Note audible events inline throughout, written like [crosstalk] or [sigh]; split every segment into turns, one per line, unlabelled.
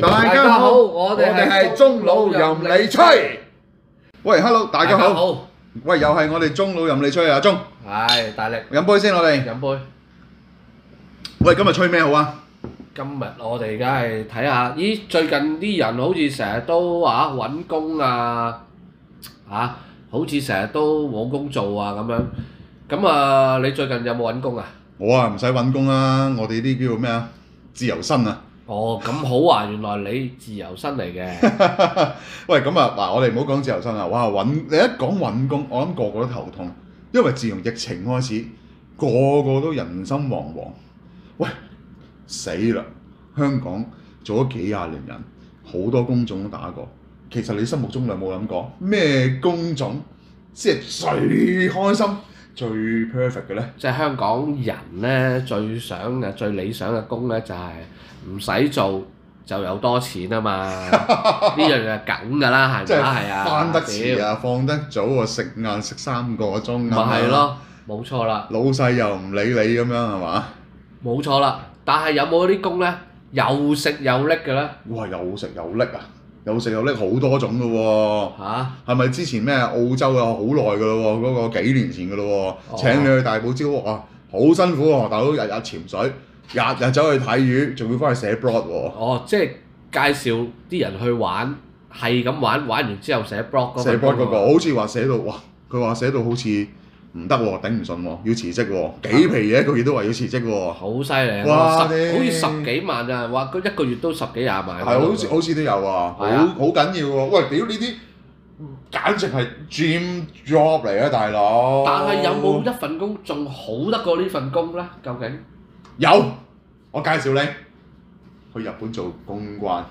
大家好，我哋係中老任你吹。
喂，hello，大家好。喂，又係我哋中老任你吹啊，阿鐘，
係大力
飲杯先我哋。
飲杯。
喂，今日吹咩好啊？
今日我哋梗係睇下，咦？最近啲人好似成日都話揾工啊，啊，好似成日都冇工做啊咁樣。咁啊，你最近有冇揾工啊？
我啊唔使揾工啦，我哋啲叫做咩啊？自由身啊。
哦，咁好啊！原來你自由身嚟
[laughs]
嘅，
喂，咁啊嗱，我哋唔好講自由身啊。哇，揾你一講揾工，我諗個個都頭痛，因為自從疫情開始，個個都人心惶惶。喂，死啦！香港做咗幾廿年人，好多工種都打過。其實你心目中有冇諗過咩工種先係最開心、最 perfect 嘅呢？
即係香港人咧最想嘅、最理想嘅工咧就係唔使做就有多錢
[laughs]
啊嘛！呢樣嘢梗㗎啦，
即
係
係
咪啊？係啊，
翻得遲啊，放得早啊，食晏食三個鐘
屌，咪
啊，
係，咯，冇錯啦。
老細又唔理你咁樣係嘛？
冇錯啦，但係有冇啲工呢？又食又叻嘅呢？
哇！有食有拎啊，有食有拎好多種嘅喎、
嚇、
係咪之前咩澳洲啊好耐嘅咯喎，嗰、個幾年前嘅咯
哦
喎，請你去大堡礁啊，好辛苦喎、大佬日日潛水，日日走去睇魚，仲要翻去寫 blog 喎、
哦，即係介紹啲人去玩，係咁玩，玩完之後寫 blog 嗰
寫
份
blog 嗰、
工啊
個
喎
好似話寫到哇，佢話寫到好似唔得喎，頂唔順喎，要辭職喎、幾
啊
皮嘢一個月都話要辭職喎、
好犀利啊！
哇
十好似
你
十幾萬啊，話佢一個月都十幾廿
係
萬。
好似好似都有啊，好
係啊
好緊要喎、喂，屌呢啲嗯簡直係 dream job 嚟啊，大佬！
但係有冇一份工仲好得過呢份工呢？究竟？
有，我介紹你去日本做公關，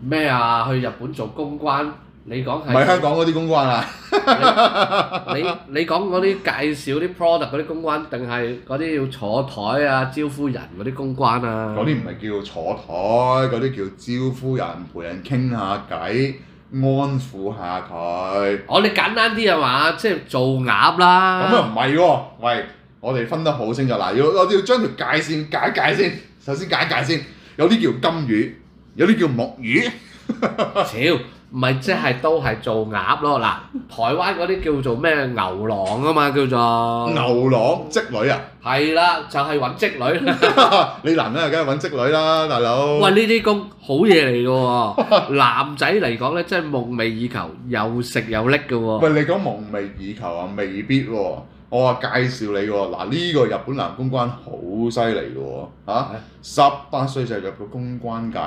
咩啊？去日本做公關，你講
唔係
係
香港嗰啲公關啊，
你 [laughs] 你講嗰啲介紹啲 product 嗰啲公關，定係嗰啲要坐台啊、招呼人嗰啲公關啊？
嗰啲唔係叫坐台，嗰啲叫招呼人陪人傾下偈，安撫下佢。
我哋哦簡單啲係啊嘛，即係做鴨啦。
咁啊又唔係喎，喂，我哋分得好清楚嗱，要我哋要將條界線解一解先，首先解一解先，有啲叫金魚，有啲叫木魚，
屌，唔係即係都係做鴨咯。嗱，台灣嗰啲叫做咩牛郎啊嘛，叫做
牛郎織女啊， [laughs]
係啦，就係揾職女。
你男人啊梗係揾織女啦，大佬。
喂，呢啲工好嘢嚟嘅喎，男仔嚟講咧真係夢寐以求，又食又叻嘅喎。
喂，你講夢寐以求啊，未必喎、我啊話介紹你喎、嗱呢、個日本男公關好犀利嘅喎，啊十八歲就入咗公關界，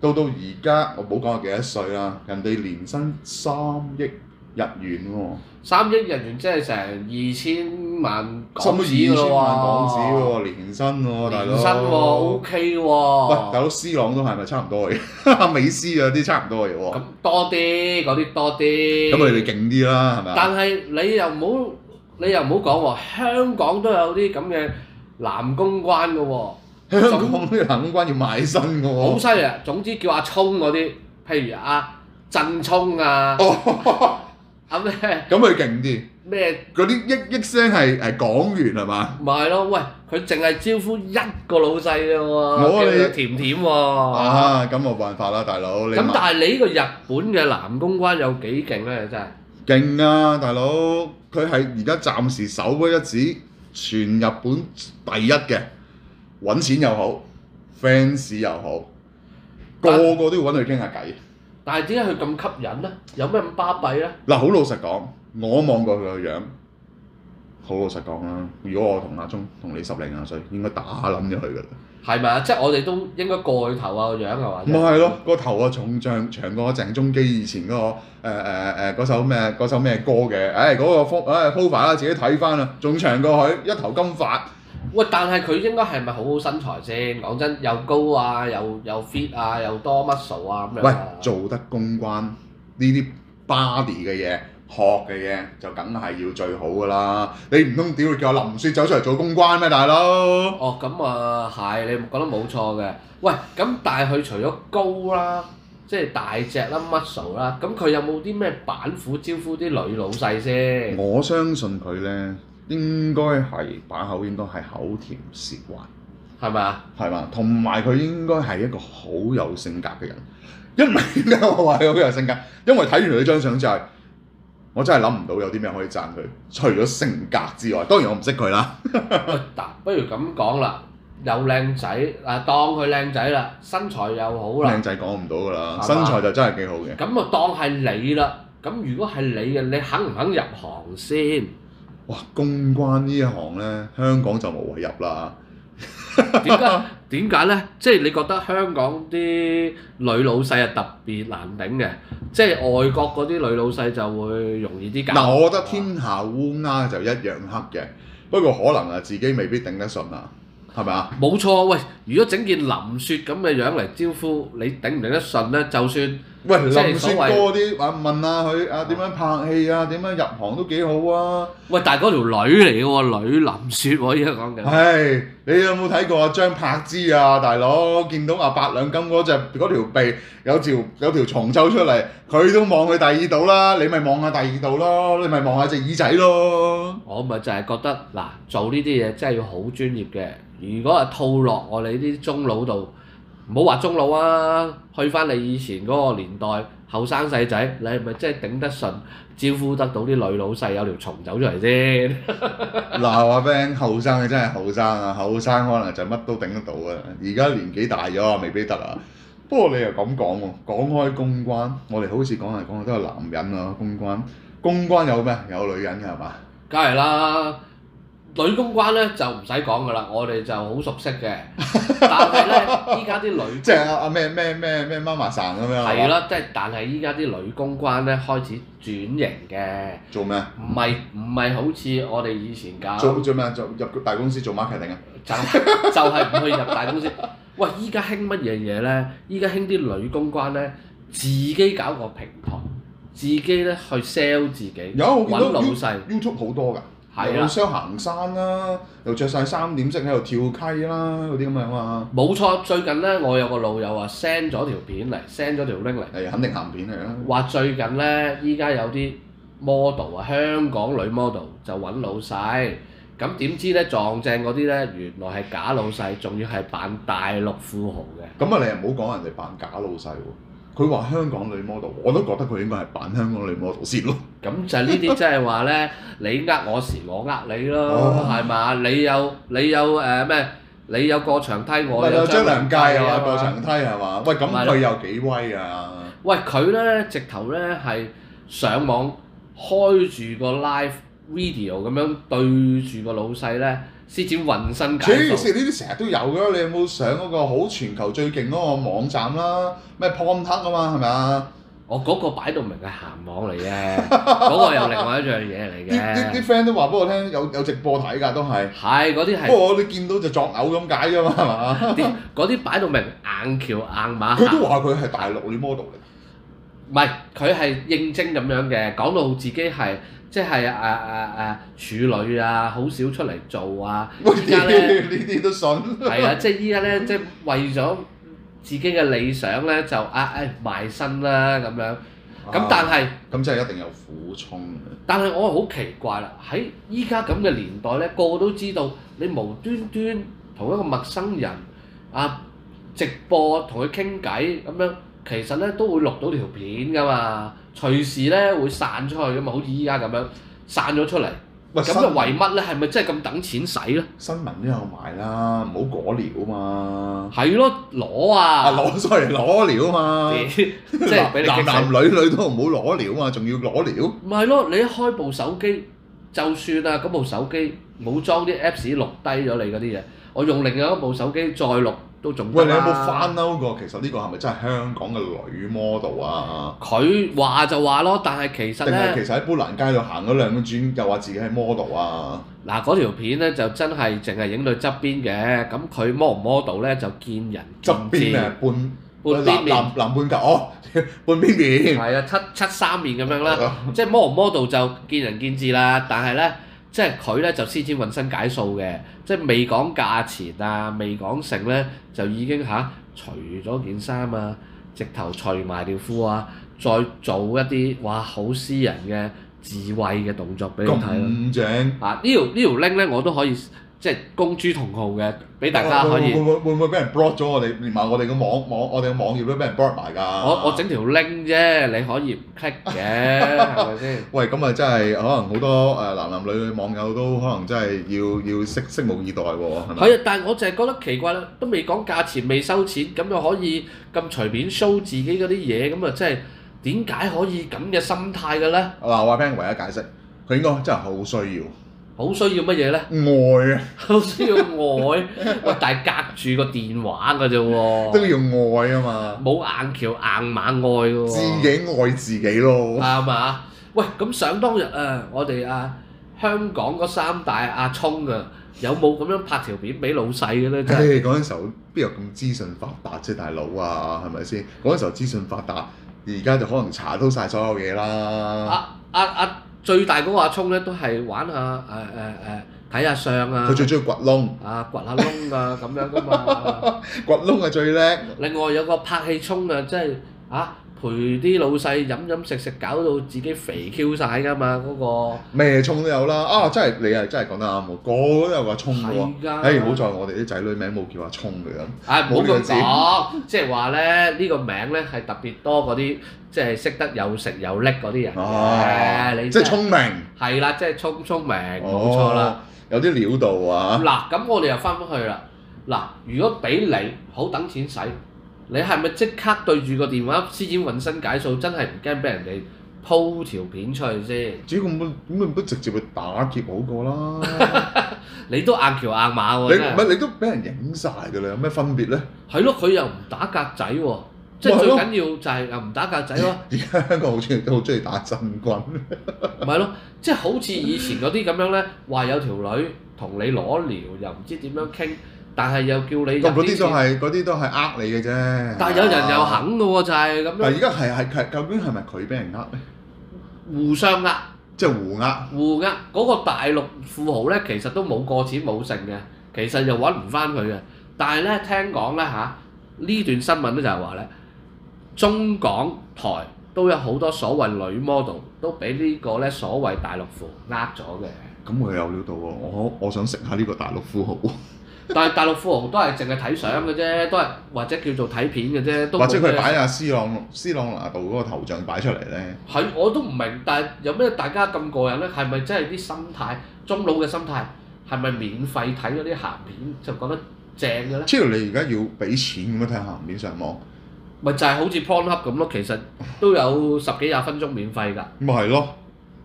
到到而家我冇講佢幾多歲啦，人哋年薪三億日元喎、
三億日元即係成二千萬
差唔
港
多二
紙
千
嘅咯
萬港紙
喎。
喎，年薪喎、大佬。
年薪喎，OK 啊
喂，大
喎，
佬，C 朗都係咪差唔多
[laughs]
嘅？美斯啊啲差唔多嘅喎，
咁多啲，嗰啲多啲。
咁佢哋勁啲啦，係咪啊？
但係你又唔好，你又唔好講喎，香港都有啲咁嘅男公關嘅喎，
香港啲男公關要賣身嘅
好
喎。
犀利啊！總之叫阿聰嗰啲，譬如阿振聰啊，
哦， [laughs]
阿咩
咁佢勁啲。
咩，
嗰啲億億聲係係港元係嘛？
咪係咯？喂，佢淨係招呼一個老細嘅喎，
我哋啊
叫做甜甜喎。
啊，咁冇辦法啦，大佬你
哦咁
買
但係你呢個日本嘅男公關有幾勁咧？真係
勁啊，大佬佢係而家暫時首屈一指全日本第一嘅，揾錢又好，fans 又好，個
但
個都要揾佢傾下偈。
但係點解佢咁吸引咧？有咩咁巴閉咧？
嗱，好老實講，我望過佢個樣，好老實講啦。如果我同阿鐘同你十零廿歲，應該打冧咗佢㗎啦。
係咪啊？即係我哋都應該過去頭啊個樣係嘛？
咪係咯，個頭啊重像長過鄭中基以前嗰、個誒誒誒嗰首咩嗰首咩歌嘅，誒、嗰、個風誒 p o 啦，自己睇翻啦，仲長過佢，一頭金髮，
喂，但係佢應該係咪好好身材先？講真，又高啊，又又 fit 啊，又多 muscle 啊咁樣
喂
啊。，
做得公關呢啲 body 嘅嘢。學嘅嘢就梗係要最好噶啦，你唔通屌叫阿林雪走出嚟做公關咩，大佬？
哦，咁啊係，你講得冇錯嘅。喂，咁但係佢除咗高啦，即係大隻啦、muscle 啦，咁佢有冇啲咩板斧招呼啲女老細先？
我相信佢呢應該係把口應該係口甜舌滑，
係咪啊？
係嘛？同埋佢應該係一個好有性格嘅人，因為點解我話佢好有性格？因為睇完佢張相就係、我真係諗唔到有啲咩可以讚佢，除咗性格之外，當然我唔識佢啦。
喂嗱，不如咁講啦，又靚仔，嗱當佢靚仔啦，身材又好啦
靚，仔講唔到㗎啦，
係嘛
身材就真係幾好嘅。
咁啊當係你啦。咁如果係你嘅，你肯唔肯入行先？
哇！公關呢一行呢，香港就無謂入啦。
點解點解咧？即係你覺得香港啲女老細係特別難頂嘅，即係外國嗰啲女老細就會容易啲搞。
嗱，我覺得天下烏鴉就一樣黑嘅，不過可能啊自己未必頂得順啊，係咪啊？
冇錯，喂！如果整件林雪咁嘅樣嚟招呼，你頂唔頂得順咧？就算
喂，
即係
林雪
所謂
歌啲啊問下佢啊點樣拍戲啊，點樣入行都幾好啊。
喂，但係嗰條女嚟嘅喎，女林雪喎，依家講緊。
唉，你有冇睇過啊張柏芝啊，大佬？見到阿八兩金嗰隻嗰條鼻有條有條蟲走出嚟，佢都望佢第二度啦，你咪望下第二度咯，你咪望下隻耳仔咯。
我咪就係覺得嗱，做呢啲嘢真係要好專業嘅。如果係套落我哋啲中老度，唔好話中老啊，去翻你以前嗰個年代，後生細仔，你係咪真係頂得順，招呼得到啲女老細有條蟲走出嚟先？
嗱，阿 Ben 後生嘅真係後生啊，後生可能就乜都頂得到啊，而家年紀大咗啊，未必得啊。不過你又咁講喎，講開公關，我哋好似講嚟講去都係男人啊，公關，公關有咩？有女人嘅係嘛？
梗係啦，女公關咧就唔使講噶啦，我哋就好熟悉
[laughs]
嘅。但係咧，依家啲女
即係阿阿咩咩咩咩媽媽生咁樣嘛
係啦，即係但係依家啲女公關咧開始轉型嘅，
做咩？
唔係唔係好似我哋以前咁。
做做咩啊？做入大公司做 marketing 啊？
就 [laughs] 就係唔去入大公司。喂，依家興乜嘢嘢呢？依家興啲女公關呢，自己搞個平台，自己呢去 sell 自己，
有我見
揾
到
老細，
YouTube 好多㗎，
係啊
又
啦，
雙行山啦，又着晒三點式喺度跳溪啦，嗰啲咁樣啊，
冇錯。最近呢，我有個老友啊 à, send 咗條片嚟，send 咗條 link 嚟，
誒肯定鹹片嚟啦。
話最近呢，依家有啲 model à, 啊，香港女 model 就揾老細。咁點知呢？撞正嗰啲呢，原來係假老細，仲要係扮大陸富豪嘅。
咁啊，你又唔好講人哋扮假老細喎。佢話香港女 model，我都覺得佢應該係扮香港女 model 先咯。
咁就係呢
[laughs]
啲即係話咧，你呃我時，我呃你咯
哦，
係嘛？你有你有誒咩？你有過牆梯，我
咪
有
有張良計又話
啊嘛
過牆梯係嘛？喂，咁
咪咯
佢又幾威啊？
喂，佢咧直頭咧係上網開住個 live video 咁樣對住個老細咧，施展渾身
黐
解數。
線！呢啲成日都有嘅，你有冇上嗰個好全球最勁嗰個網站啦？咩 Pornhub 啊嘛，係咪啊？
我嗰個擺到明係鹹網嚟嘅，
[laughs]
嗰個又另外一樣嘢嚟
啲啲
嘅
啲。friend 都話俾我聽，有有直播睇㗎，都係。
係嗰啲
不
係啊
過我哋見到就作嘔咁解啫嘛，係嘛？
啲嗰啲擺到明硬橋硬馬
佢
行
都話佢係大陸女 model 嚟，
啊唔係，佢係應徵咁樣嘅，講到自己係即係誒誒誒處女啊，好少出嚟
[laughs]
做啊。
喂
依家咧
屌呢啲都信？
係啊，即係依家咧，即係為咗自己嘅理想咧，就啊誒賣身啦咁樣。
啊
咁但係
咁真係一定有苦衷嘅。
但係我好奇怪啦，喺依家咁嘅年代咧，個個都知道你無端端同一個陌生人啊直播同佢傾偈咁樣，其實咧都會錄到條片噶嘛，隨時咧會散出去噶嘛，好似依家咁樣散咗出嚟，
喂，
咁
新 [laughs]
就為乜咧？係咪真係咁等錢使咧？
新聞都有埋啦，唔好果料嘛。
係咯，攞
啊，
啊！
攞 [laughs] sorry，攞料嘛。
[laughs] 即係俾你
男
激死
男女女都唔好攞料嘛，仲要攞料。
唔係咯，你一開部手機，就算啊嗰部手機冇裝啲 Apps 錄低咗你嗰啲嘢，我用另外一部手機再錄都仲得
喂，你有
啦
冇翻嬲過？其實呢個係咪真係香港嘅女 model 啊？
佢話就話咯，但係其實
定係其
咧，
實喺砵蘭街度行咗兩個轉，又話自己係 model 啊？
嗱嗰條片咧就真係淨係影到側邊嘅，咁佢 model 唔 model 咧就見仁見
側邊啊
智，
咩？半
半邊
南
面
南南半球哦， [laughs] 半邊面。
係啊七七三面咁樣啦，即係啊 model 唔 model 就見仁見智啦，但係咧。即係佢咧就先至渾身解數嘅，即係未講價錢啊，未講成咧就已經吓、除咗件衫啊，直頭除埋條褲啊，再做一啲哇好私人嘅智慧嘅動作俾你睇啦。
咁正，
啊！呢條呢條 link 咧，我都可以即係公諸同好嘅，俾大家可以
會。唔會會唔會俾人 block 咗我哋，連埋我哋個網網我哋個網頁都俾人 block 埋㗎。
我我整條 link 啫，你可以唔 click 嘅，係咪先？
喂，咁啊真係可能好多誒男男女女網友都可能真係要要拭拭目以待喎，係咪？
係啊，但係我就係覺得奇怪啦，都未講價錢，未收錢，咁又可以咁隨便 show 自己嗰啲嘢，咁啊即係點解可以咁嘅心態嘅咧？
嗱，我話聽唯一解釋，佢應該真係好需要
好需要乜嘢咧？ [laughs]
愛啊，
好需要愛，
[laughs]
喂，但係隔住個電話㗎啫
都
喎，
要愛啊嘛，
冇硬橋硬馬愛㗎喎。
自己愛自己咯。
啱啊！喂，咁想當日啊，我哋啊香港嗰三大阿聰啊，有冇咁樣拍條片俾老細嘅咧？
唉
真係，
嗰陣時候邊有咁資訊發達啫，大佬啊，係咪先？嗰陣時候資訊發達，而家就可能查到晒所有嘢啦。
阿阿阿最大嗰個阿聰咧，都係玩下誒誒誒睇下相啊
佢，最中意掘窿，
啊掘下窿啊 [laughs] 咁樣噶嘛。
掘窿係最叻。
另外有個拍戲聰啊，即係啊陪啲老細飲飲食食，搞到自己肥 Q 晒噶嘛嗰個。
咩葱都有啦，啊真係你係真係講得啱喎，個個都有個葱嘅喎。
係啊㗎。
唉，好在我哋啲仔女名冇叫阿葱嘅咁。
啊，唔好
冇呢個
咁
字
講，即係話咧呢個名咧係特別多嗰啲即係識得又食又叻嗰啲人
哦
嘅，你
即係
真係
聰明。
係啦，即係聰聰明，冇錯啦。
哦，有啲料到啊。
嗱，咁我哋又翻返去啦。嗱，如果俾你好等錢使，你係咪即刻對住個電話施展渾身解數？真係唔驚俾人哋鋪條片出去先？
主要咁咁你都直接去打劫好過
[laughs]
啦。
你都硬橋硬馬
你
喎，
唔
真係
係你都俾人影晒㗎啦，有咩分別咧？
係咯，佢又唔打格仔喎，即係
咪係
最
咯
緊要就係又唔打格仔
[laughs]
咯。
而家香港好中意都好中意打真軍。
唔係咯，即係好似以前嗰啲咁樣咧，話有條女同你攞聊，又唔知點樣傾，但係又叫你
咁嗰
入
啲都
錢，
係嗰啲都係呃你嘅啫。
但係有人又肯嘅喎，就係咁
但係
樣
而家係係係究竟係咪佢俾人呃咧？
互相呃、
即係互呃。
互呃。嗰、個大陸富豪咧，其實都冇過錢冇剩嘅，其實又揾唔翻佢嘅。但係咧，聽講咧吓，呢段新聞咧就係話咧，中港台都有好多所謂女 model 都俾呢個咧所謂大陸富豪呃咗嘅。
咁佢有料到喎，我我想食下呢個大陸富豪，
但係大陸富豪都係淨係睇相嘅啫，都係或者叫做睇片嘅啫，都冇
或者佢
咩
擺下斯朗斯朗拿度嗰個頭像擺出嚟咧，
係我都唔明，但係有咩大家咁過癮咧？係咪真係啲心態中老嘅心態係咪免費睇嗰啲鹹片就覺得正嘅咧？
即係你而家要俾錢咁樣睇鹹片上網，
咪就係好似 PornHub 咁咯，其實都有十幾廿分鐘免費㗎。
咪係咯，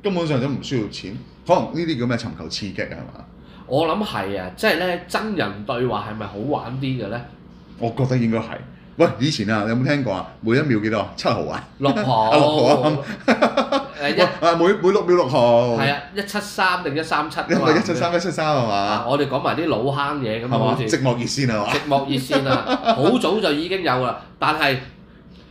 根本上都唔需要錢，可能呢啲叫咩尋求刺激啊係嘛？
我諗係啊，即係咧真人對話係咪好玩啲
[laughs]
嘅咧？
我覺得應該係。喂，以前啊，有冇聽過啊？每一秒幾多啊？七毫啊？
六毫
啊 [laughs] 六
誒
喂
一
啊，每每六秒六毫。
係啊一七三定一三七啊
你係咪一七三一七三係嘛？
我哋講埋啲老坑嘢咁
係
啊好
嘛？
似。
寂寞熱線係嘛？
寂寞熱線啊，好早就已經有啦，但係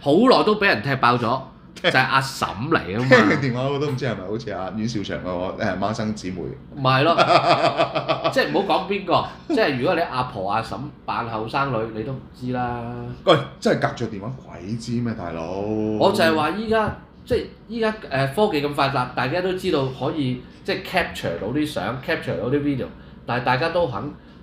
好耐都俾人踢爆咗，
[laughs]
就係阿嬸嚟啊
聽佢 [laughs]
嘛，
電話我都唔知係咪好似阿阮兆祥個誒孖生姊妹。
唔係
[laughs]
咯，即係唔好講邊個，即係如果你阿婆阿嬸扮後生女，你都唔知啦。
喂，真係隔住電話鬼知咩，大佬？
我
我
就係話依家即係依家誒科技咁發達，大家都知道可以即係 capture 到啲相，capture 到啲 video，但係大家都肯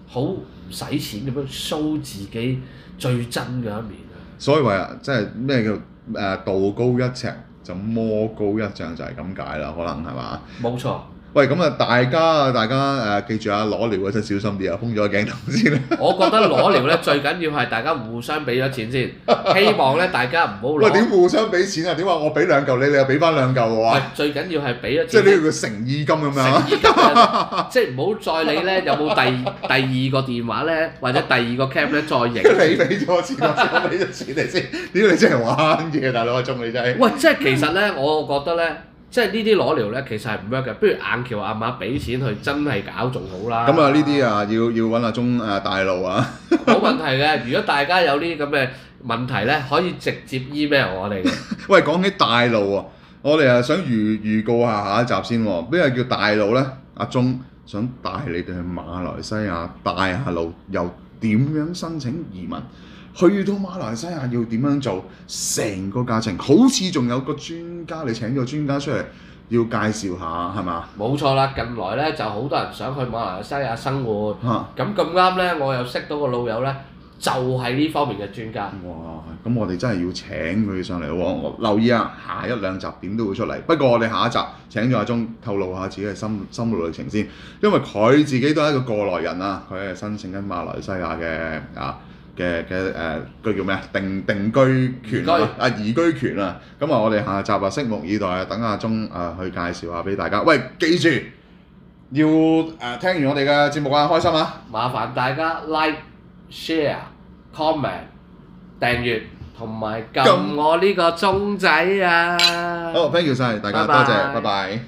好唔使錢咁樣 show 自己最真嘅一面啊！
所以話即係咩叫誒道高一尺就魔高一丈，就係咁解啦，可能係嘛？
冇錯。
喂，咁啊，大家大家誒、記住啊，攞料嗰陣小心啲啊，封咗個鏡頭先啦。
我覺得裸聊咧最緊要係大家互相俾咗
[laughs]
錢先，希望咧大家唔好
喂，點
攞，
互相俾錢啊？點話我俾兩嚿你，你又俾翻兩嚿我
係
啊？
最緊要係俾咗
即係
錢。
呢個叫誠意金咁樣啊！
誠意咁即係唔好再理咧有冇第第二個電話咧，或者第二個 cam 咧再
[laughs] 你
影。
俾咗錢我，我俾咗錢你先。屌你真係玩嘢，大佬啊，中你真係。
喂，即係其實咧，我覺得咧，即係呢啲裸聊咧其實係唔 work 嘅，不如硬橋硬馬俾錢去真係搞仲好啦。
咁啊，呢啲啊，要要揾阿鐘啊大路啊， [laughs]
冇問題嘅。如果大家有呢啲咁嘅問題咧，可以直接 email 我哋嘅。
喂，講起大路啊，我哋啊想預預告下下一集先喎，邊個叫大路呢？阿鐘想帶你哋去馬來西亞帶下路，又點樣申請移民？去到馬來西亞要點樣做？成個過程好似仲有個專家，你請咗個專家出嚟要介紹下係嘛？
冇錯啦，近來咧就好多人想去馬來西亞生活，
嚇、
咁咁啱咧，我又識到個老友咧，就係呢方面嘅專家。
哇！咁我哋真係要請佢上嚟喎。我留意啊，下一兩集點都會出嚟。不過我哋下一集請咗阿鐘透露下自己嘅心心路歷程先，因為佢自己都係一個過來人啊，佢係申請緊馬來西亞嘅啊。嘅嘅誒，佢叫咩啊？定定居權啊
移居，
啊移居權啊！咁啊，我哋下集啊，拭目以待啊，等阿鐘啊去介紹下俾大家。喂，記住要誒、啊聽完我哋嘅節目啊，開心啊！
麻煩大家 like、share、comment、訂閱同埋撳
撳
我呢個鐘仔啊！
好，thank you 晒大家，
拜拜
多謝，拜拜。